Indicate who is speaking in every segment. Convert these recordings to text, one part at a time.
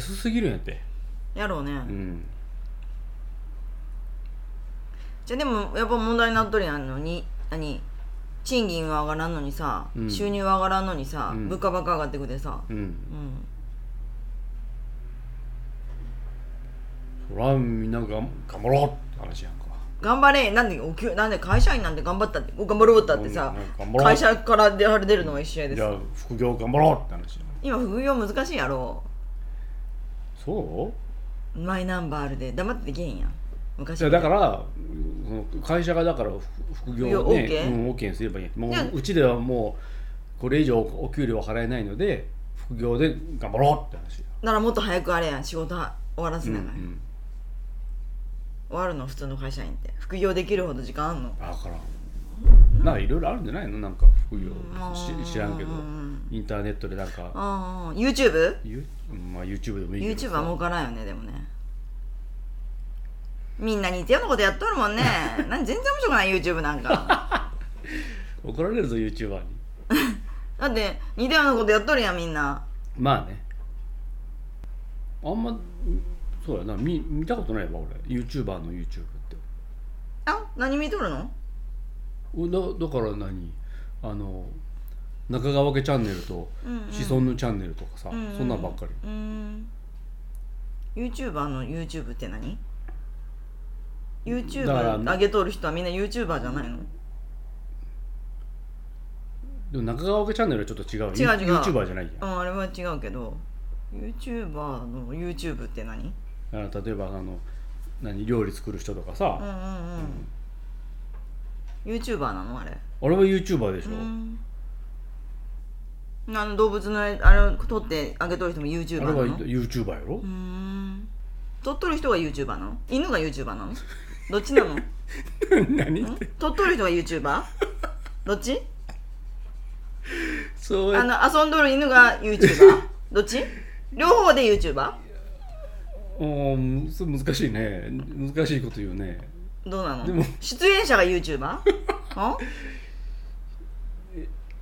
Speaker 1: すぎるんやって
Speaker 2: やろうね、
Speaker 1: うん
Speaker 2: じゃあでもやっぱ問題になっとるやんのに何賃金は上がらんのにさ、
Speaker 1: うん
Speaker 2: 収入は上がらんのにさ、
Speaker 1: うん
Speaker 2: 物価ばっか上がってくでさ
Speaker 1: うん
Speaker 2: うん
Speaker 1: そらみんなが頑張ろうって話やんか
Speaker 2: 頑張れなんでお給なんで会社員なんて頑張ったってお頑張ろうったってさ
Speaker 1: 頑張ろう
Speaker 2: 会社から出られてるのは一緒やで
Speaker 1: じ
Speaker 2: す
Speaker 1: ゃあ副業頑張ろうって話やん
Speaker 2: 今副業難しいやろ
Speaker 1: そう
Speaker 2: マイナンバーあるで黙ってできへんやん昔
Speaker 1: じゃあだからその会社がだから副副業をね
Speaker 2: 副業 OK？
Speaker 1: うん、OK にすればいいもう
Speaker 2: じゃあ
Speaker 1: うちではもうこれ以上おお給料払えないので副業で頑張ろうって話
Speaker 2: ならもっと早くあれやん仕事は終わらせ
Speaker 1: うんう
Speaker 2: ながら、
Speaker 1: ん
Speaker 2: 終わるの普通の会社員って副業できるほど時間あんの
Speaker 1: だからなんかいろいろあるんじゃないのなんか副業し知らんけど
Speaker 2: うん
Speaker 1: インターネットでなんか
Speaker 2: ああ YouTube?YouTube
Speaker 1: ゆまあ YouTube でもいいけど
Speaker 2: は儲からんよねでもねみんな似たようなことやっとるも んねなん全然面白くない YouTube なんか
Speaker 1: 怒られるぞ YouTuber に
Speaker 2: だって似たようなことやっとるやんみんな
Speaker 1: まあねあんまそうやな見見たことないわ俺 YouTuber の YouTube って
Speaker 2: あ何見とるの
Speaker 1: だだから何あの中川家チャンネルと
Speaker 2: うんうん
Speaker 1: シソンヌチャンネルとかさ、
Speaker 2: うんうん
Speaker 1: そんなんばっかり
Speaker 2: うーん YouTuber の YouTube って何
Speaker 1: だから
Speaker 2: ?YouTuber 上げとる人はみんな YouTuber じゃないの
Speaker 1: でも中川家チャンネルはちょっと違う
Speaker 2: 違う違う
Speaker 1: YouTuber じゃないやんだ
Speaker 2: うんあれは違うけど YouTuber の YouTube って何
Speaker 1: から例えばあの何料理作る人とか
Speaker 2: うん
Speaker 1: さ、
Speaker 2: うんうん YouTuber なのあれ
Speaker 1: 俺は YouTuber でしょ、
Speaker 2: うんあの動物のあれを撮ってあげとる人も YouTuber
Speaker 1: あ
Speaker 2: な
Speaker 1: れ
Speaker 2: の
Speaker 1: は
Speaker 2: う
Speaker 1: YouTuber やろ、
Speaker 2: ーん撮っとる人が YouTuber なの犬が YouTuber なのどっちな の
Speaker 1: 何って
Speaker 2: 撮っとる人が YouTuber? どっち
Speaker 1: そうや
Speaker 2: あの遊んどる犬 が YouTuber? どっち両方で YouTuber?
Speaker 1: うんそう難しいね難しいこと言うね
Speaker 2: どうなの
Speaker 1: でも
Speaker 2: 出演者が YouTuber? ん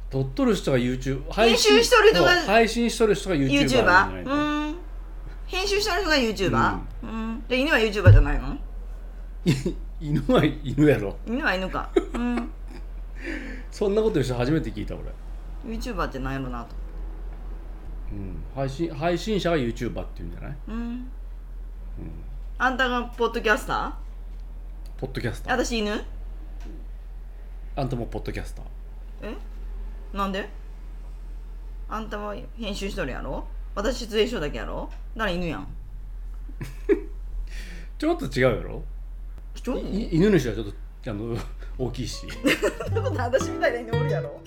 Speaker 1: 撮っとる人が YouTube
Speaker 2: 編集しとる人が
Speaker 1: そう配信しとる人が YouTuber なんじゃない
Speaker 2: YouTuber? う
Speaker 1: の
Speaker 2: ーん編集した人が YouTuber? うん、で犬は YouTuber じゃないの
Speaker 1: 犬は犬やろ
Speaker 2: 犬は犬かうん
Speaker 1: そんなこと言う人初めて聞いた俺
Speaker 2: YouTuber ってなんやろなと
Speaker 1: うん、配信配信者が YouTuber っていうんじゃない
Speaker 2: うん、あんたがポッドキャスタ
Speaker 1: ポッドキャスタ
Speaker 2: ー
Speaker 1: ー
Speaker 2: 私犬
Speaker 1: あんたもポッドキャスター
Speaker 2: えなんであんたは編集しとるやろ私出演しとるだけやろだから犬やん
Speaker 1: ちょっと違うやろ
Speaker 2: ちょっ
Speaker 1: い犬主はちょっとあの大きいし
Speaker 2: と私みたいな犬おるやろ